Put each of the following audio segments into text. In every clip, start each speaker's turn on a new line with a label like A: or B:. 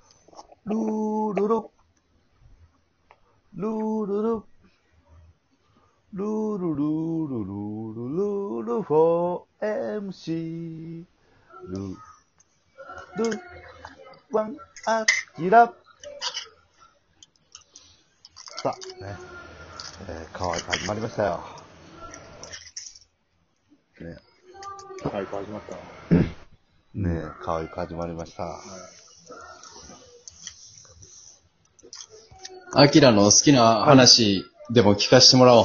A: ルールルルールルルールルルルールルルフォー MC ルルワンアキラさあね、えー、川が始まりましたよ。ね
B: はい、始まった。
A: ねえ、可愛く始まりました。
C: アキラの好きな話でも聞かせてもらおう。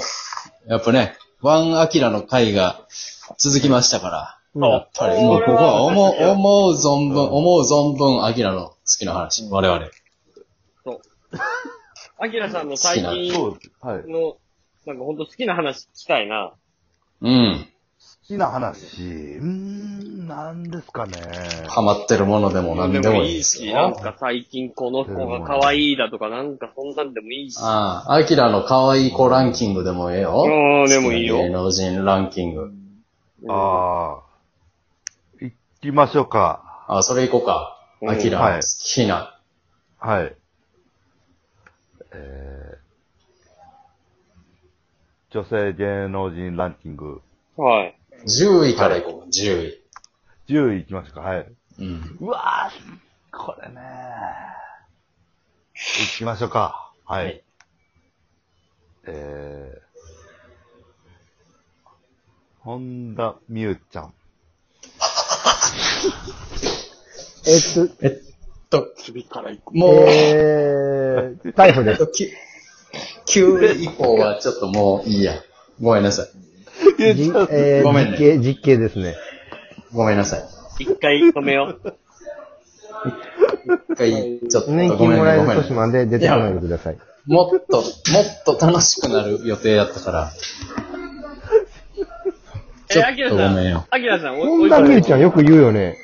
C: やっぱね、ワンアキラの回が続きましたから。やっぱりもうここは思う、思う存分、思う存分アキラの好きな話。我々。
D: そう。アキラさんの最
A: そ
D: 近
A: うです。はい。好
D: の、なんかほんと好きな話聞きたいな。
C: うん。
A: きな話。うーん、なんですかね。
C: ハマってるものでも何でもいいです
D: し、なん
C: よ。
D: か最近この子が可愛いだとか、なんかそんなんでもいいし。
C: ああ、アキラの可愛い子ランキングでもええよ。
D: うんでもいいよ
C: 好きな芸能人ランキング。
D: あ。
A: ああ。行きましょうか。
C: あ、それ行こうか。
D: うん
C: アキラ
A: は
C: の
A: い
C: 好きな。
A: はい。えー、女性芸能人ランキング。
D: はい。
C: 10位から行こう。10位。
A: 10位行きましょうか。はい。
C: うん。
A: うわーこれね行きましょうか。はい。
C: はい
A: えー、本田美優ちゃん。
E: えっ
C: えっと、
D: 次から行く。
C: も
E: と、
C: う、
E: えー、逮 捕です。
C: 9以降はちょっともういいや。ごめんなさい。
E: じえ
C: ごめ
E: ー
C: んね
E: 実刑、実刑ですね。
C: ごめんなさい。
D: 一回止 めよう。
C: 一回、ちょっとごめん
E: 年
C: ね、
E: 金もらえ
C: ごめ
E: る
C: ん
E: 年
C: ね。
E: まで出てこないでください。
C: もっと、もっと楽しくなる予定だったから。ち
D: え、
C: ょ
D: アキ
C: っ
D: ラ
C: と
D: さ
C: ごめんよ
D: ん。。アキラさん、お
E: 本田美優ちゃんよく言うよね。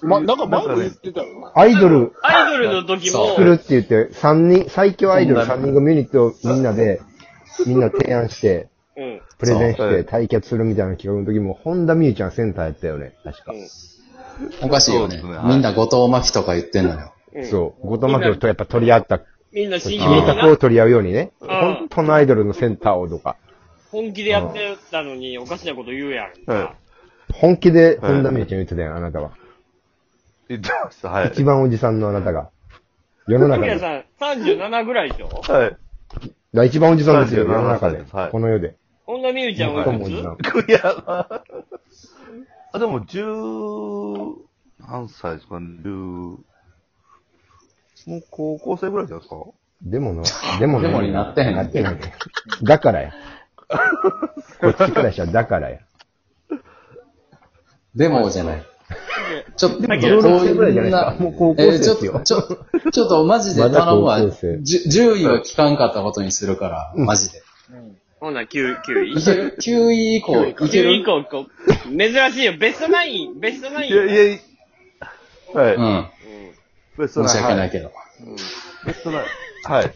B: ま、なんか前も言ってたよ。
E: アイドル
D: アイドルの時も
E: 作、るって言って、三人、最強アイドル
C: 本田
E: 3人組ユニットをみんなで、みんな提案して、
D: うん。
E: プレゼンし
A: そう
E: て対決するみたいな企画の時も、本田美優ちゃんセンターやったよね。確か。
C: おかしいよね
A: そうです。ね
C: みんな後藤真希とか言ってんのよ。
D: うん。
E: そう。後藤真希とやっぱ取り合った、
D: みんな真
E: 決
D: 剣に
E: めた子を
D: な
E: 取り合うようにね。
D: ん
E: 本当のアイドルのセンターをとか。
D: 本気でやってたのにおかしなこと言うやん。
A: は
E: 本気で本田美優ちゃん言ってたよ、あなたは。
A: い。行ってました。はい。
E: 一番おじさんのあなたが。世の
D: ア
E: 中
D: キラ
E: で。だか
D: さん、37ぐらいでしょ
A: はい。
E: ら一番おじさんですよ、世の中
A: 37
E: で
A: ですはい。
E: この世で。
D: 女美優ちゃんは
E: 最
D: い
E: も
D: く
E: おじ
D: つ
E: さん。
A: いや、まあ、あでも、十、何歳ですかね、十、もう高校生ぐらいじゃないですか
E: でもの、でも
C: でもになってへん
E: なってない。だからや。こっちからしたらだからや。
C: でもじゃない。ちょっと、
E: でも
C: そう
E: 16歳ぐらいじゃない
C: ん
E: です
C: な
E: か。もう高校
C: え
E: 生で
C: ーちょっ
E: す
C: と、
E: よ。
C: ちょっと、ちょっとマジで頼むわ。
E: まだ高校生
C: じゅ10位は聞かんかったことにするから、マジで。
D: ほんなら9、9位
C: いけ る ?9 位以降、いけ
D: 9
C: る
D: 以降、こう、珍しいよ。ベストナイン、ベストナイン。
A: いや、はい。
C: うん。
A: ベストナイン。
C: 申し訳な
A: はい
C: けど。
A: ベストナイン。はい。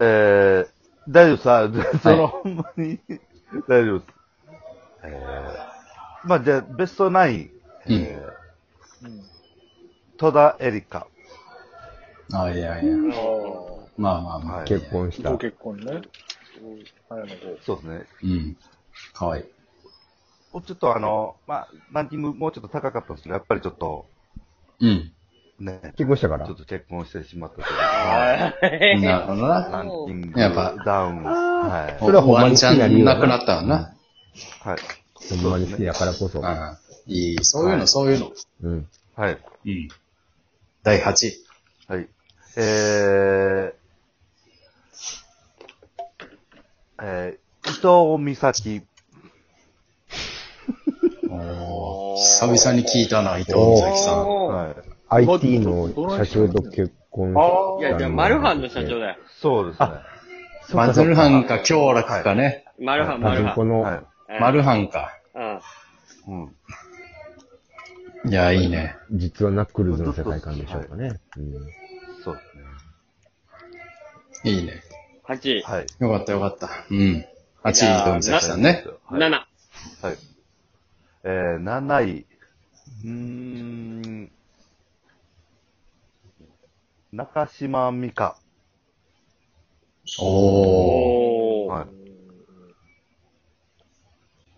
A: えー、大丈夫さ、その、ほんまに、大丈夫です。えー、まあ、じゃあ、ベストナイン。
C: うん
A: えー戸田恵梨香。
C: ああ、いやいや。まあまあまあ。
A: はい。
E: 結婚した
B: ご。結婚ね。早野子。
A: そうですね。
C: うん。かわいい。
A: もうちょっとあの、まあ、ランキングもうちょっと高かったんですけど、やっぱりちょっと、
C: うん。
A: ね、
E: 結婚したから
A: ちょっ。と結婚してしまったという
D: はい。
C: なるほどな。
A: ランキング
C: やっぱ
A: ダウン。はい。
E: それはほんま
C: ワン
E: に好き
C: ちゃ
E: な理
C: ん
E: 由
C: なくなったわな。
A: はい。
E: ほんまに好きだからこそ。
C: うん。いい。そういう
A: は
C: の、
A: い
C: そういうの。
E: うん。
A: はい。
C: うん。第8位。
A: はい。えー、えー、伊藤美咲。
C: おー久々に聞いたな、伊藤美咲さん。
D: おー
A: はい。
E: IT の社長と結婚
D: いや、じゃあ、マルハンの社長だよ。
A: そうですね。
C: マズルハンか、京楽かね。
D: マルハン、マ
E: パチ
D: ル
E: ン
D: ハ
E: コ
D: ン。
E: の、
A: はい。
C: マルハンか。
D: うん。
A: うん。
C: いや、いいね。
E: 実はナックルズの世界観でしょうかね。うん
A: そうですね。
C: いいね。
D: 8位、
A: はい。
C: よかった、よかった。うん。8位、伊藤美咲さんね。
A: はい。
D: 7。
A: はい。えー、7位。うーん。中島美香。
C: おー。
D: おー。
A: はい。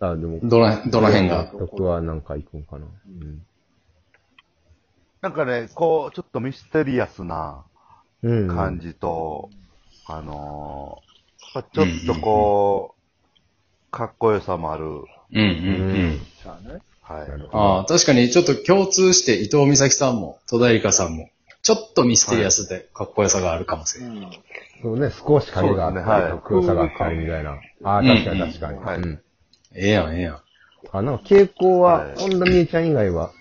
E: あ、でも、
C: どの、どの辺が
E: 僕はなんか行くんかな。うん。
A: なんかね、こう、ちょっとミステリアスな
E: うん。
A: 感じと、あのーまあちょっとこう、かっこよさもある。
C: うんうんうん。
B: じゃあね。
A: はい。
E: なるほ
C: ああ、確かにちょっと共通して伊藤美咲さんも戸田恵梨香さんも、ちょっとミステリアスでかっこよさがあるかもしれない。
B: ん。
E: そうね、少し影があったり、
A: そうですねはい
E: 黒さがあったりみたいな。ああ、
C: うん
E: 確かに確かに。
A: はい
E: うん。
C: ええやん、ええやん。
E: あ、なんか傾向は
A: は、い
E: 本田美恵ちゃん以外は、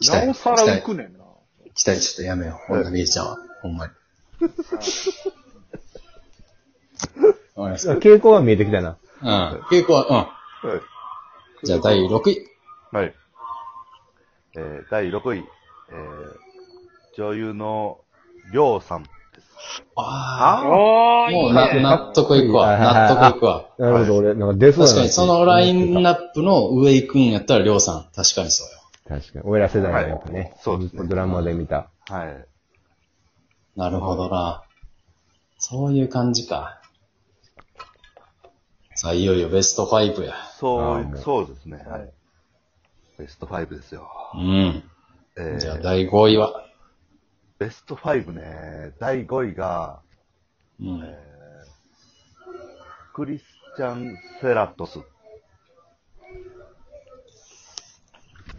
C: 期
B: な
C: 待
B: おさら浮くねんな。
C: 期待ちょっとやめよう。本田美恵ちゃんは。ほんまに。わかりました。
E: 傾向は見えてきたな。
C: うん。結構は、うん。じゃあ第6位。
A: はい。えー、第6位、えー、女優のりょうさんです。
C: あ
D: お
C: あ。
D: ー、
C: も
D: いうい
C: な
D: ね。
C: 納得いくわ。納得いくわ。
E: なるほど、俺、なんか出そうだ
C: 確
E: な
C: かに、そのラインナップの上行くんやったら、りょうさん。確かにそうよ。
E: 確かに。俺ら世代のやっぱ
A: はい
E: ね。
A: そうですね
E: ずっとドラマで見た。
A: はい。
C: なるほどな。そういう感じか。さあ、いよいよベスト5や。
A: そ
E: あーもう
A: う、そうですね。はい。ベスト5ですよ。
C: うん。
A: え
C: じゃあ、
A: ー、
C: 第5位は。
A: ベスト5ね、第5位が、
C: うん。
A: クリスチャン・セラトスっ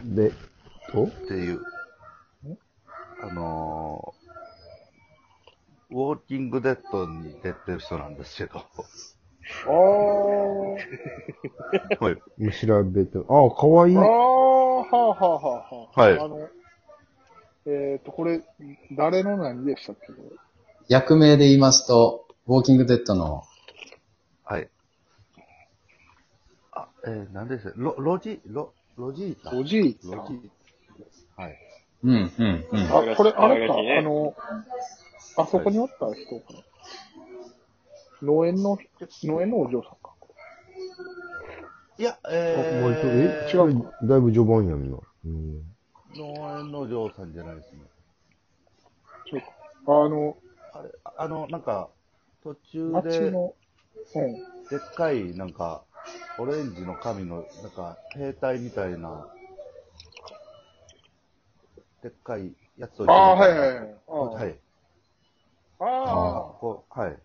E: で、お
A: ていう、あのー、ウォーキングデッドに出てる人なんですけ ど、
B: あ
A: はい。
E: もう調べて、ああ、かわいい
B: あ。ああ、はあはあはあはあ。
A: はい
B: あの、えっ、と、これ、誰の何でしたっけこれ
C: 役名で言いますと、ウォーキングデッドの、
A: はい。あ、えー、何でしたロ、ロジ、ロ、ロジータ。
B: おじいさ
A: ロジ
B: ん。
A: ータ。はい。
C: うん、うん、うん。
B: あ、これ、あれか、
D: 可愛らしいね
B: あの、あそこにおった人かな。農園の、農園のお嬢さんか。
A: いや、
E: あ
A: えー、
E: もう一度え、違う、だいぶ序盤やんな。うん。
A: 農園の嬢さんじゃないですね。
B: そうか。あの、
A: あれ、ああの、なんか、途中
B: 町
A: で、
B: の、うん。
A: でっかい、なんか、オレンジの髪の、なんか、兵隊みたいな、でっかいやつと一緒に
B: ああ、はいはいはい。ああ、
A: はい。
B: ああ、は
A: こう、はい。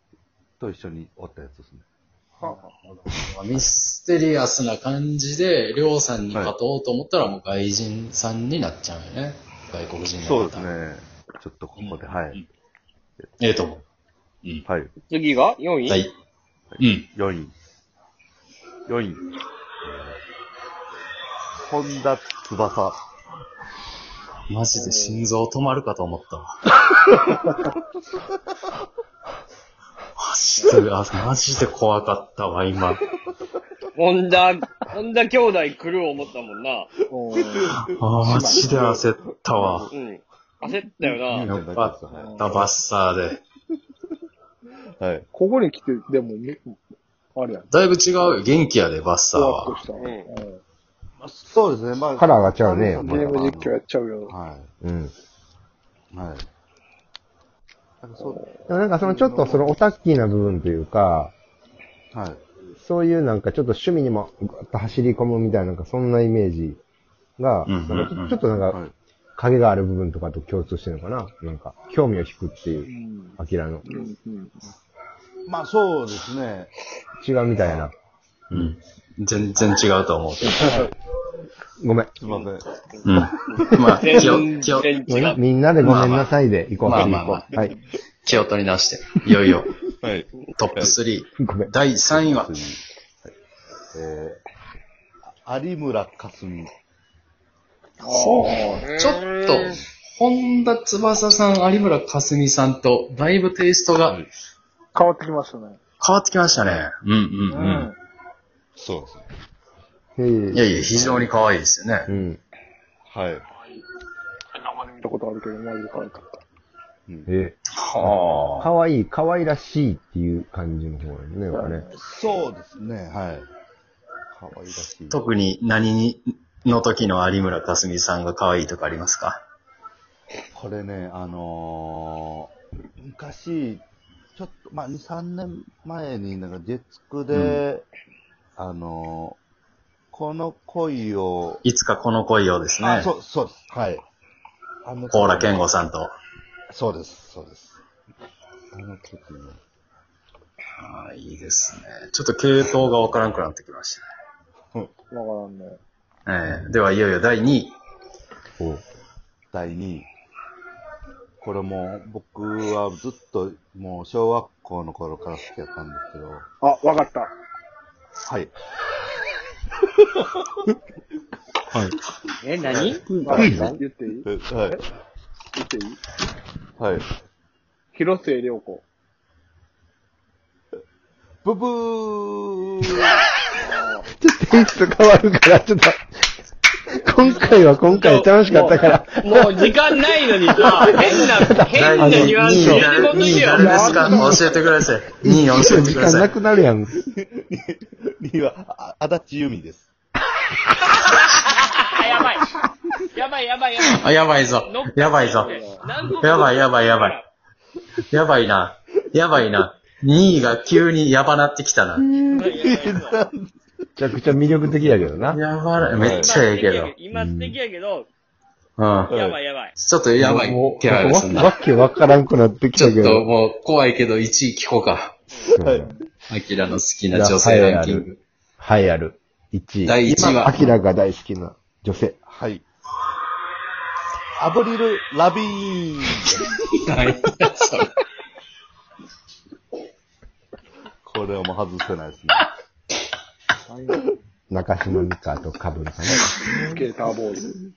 A: と一緒におったやつですね。
B: あは
C: ミステリアスな感じで、りょうさんに勝とうと思ったら、もう外人さんになっちゃうよね。外国人の方。
A: そうです。ね。ちょっとここで、は
C: うん
A: い。
C: ええと思う。うん。
A: はい。
D: 次が ?4 位。
C: はいい。うん。
A: 4位。4位。えー本田翼。
C: マジで心臓止まるかと思ったわ。マジで、あマジで怖かったわ、今。
D: ホンダ、ホンダ兄弟来る思ったもんな。
B: あ
C: あマジで焦ったわ。
D: うん。焦ったよな。
C: よかった、バッサーで。
A: はい。
B: ここに来て、でも、みあれや、
C: だいぶ違うよ。元気やで、バッサー
B: ふわっ
C: は
B: と。した。
D: ん
B: うん
A: まあそうですね。まあ、
E: カラーがちゃうね
A: カラ
B: ゲーム実況やっちゃうよ。
A: は
E: うん。
A: い。はい。なんかそう、
E: でもなんかそのちょっとそのオタッキーな部分というか、
A: はい。
E: そういうなんかちょっと趣味にもぐっと走り込むみたいな、なんかそんなイメージが、
C: うんうんうん
E: なんかちょちょっとなん
A: は
E: か
A: い。
E: 影がある部分とかと共通してるのかななんか興味を引くっていうう、
B: ん。
E: アキラの
B: うんうん
A: まあそうですね。
E: 違うみたいな。
C: うん。全然違うと思うけど。
E: ごめん。
A: すいません。
C: うん。 まあ、気を、
D: 全
C: 気を、
D: 然違う。
E: みんなでごめんなさいで行こう。
C: まあまあ
E: 行こうはい。
C: 気を取り直して。いよいよ、
A: はい。
C: トップ3。
E: ごめん。
C: 第3位は、
A: えー、有村架純。
C: そう。ちょっと、本田翼さん、有村架純さんと、だいぶテイストが
B: 変わってきましたね。
C: 変わってきましたね。うん
B: う
C: うんうん。。
A: そうですね。
E: へ
C: いや
E: い
C: いや、非常に可愛いですよ
E: う
C: ね。
E: ん。
A: はい。
B: 生で見たことあるけど、マジで可愛かった。
E: え、
C: はあ。
E: かわいい、かわいらしいっていう感じの方やね、やっぱね。
A: そうですね。はい。可愛らしい。
C: 特に何に、の時の有村架純さんが可愛いとかありますか
A: これね、あのー昔、ちょっと、まあ、2、3年前に、なんか月9で、あのーこの恋を、
C: いつかこの恋をです
A: あ、
C: ね。
A: そう、そうです。はい。あの
C: コーラ健吾さんと。
A: そうです、そうです。あの曲ね。
C: ああ、いいですね。ちょっと系統がわからんくなってきまし
B: わからんね。
C: たね。ええでは、いよいよ第2位。
E: お
A: 第2位。これも、僕はずっと、もう小学校の頃から好きだったんですけど、
B: あ、わかった。
A: はい。
C: はい。
D: え、何
B: わかった。言っていい
A: えはい。
B: 言っていい
A: はい。
B: 広末涼子。
A: ブブー
E: ちょっとテイスト変わるから、ちょっと、今回は今回で楽しかったから。
D: もう。もう時間ないのにさ、変な、変なニュアンス入れてこ
C: 2
D: とし
C: 位
D: よ
C: 誰ですか教えてください。2位教えて
E: 時
C: くだ
E: 間
C: さ。
E: ないくなるやん。
A: には、あ足立由美です。
D: あ、やばい。やばい、やばい、やば
C: あ、やばいぞ。やばいぞ。
D: い。なんと
C: やばい、やばい、やばい。やばいな。やばいな。2位が急にやばなってきたな。
E: めちゃくちゃ魅力的やけどな。
C: やばな、めっちゃええけど。
D: 今素敵やけど、
C: うん。
D: やばい、やばい。
C: ちょっとやばい
E: もう
C: 気配がすん
E: わ
C: な。
E: けわからんくなってき
C: ちょ
E: た
C: っ
E: け
C: と
E: ど。
C: もう怖いけど1位聞こうか。
E: はい。
C: アキラの好きな女性ランキング。
E: はい、ある。1位。
C: 第一位は
E: アキラが大好きな女性。
A: はい。アブリル・ラビーン。
C: はい。そ れ
A: これはもう外せないですね。
B: はい。
E: 中島美香とカブルかな。
B: スケーターボーイ。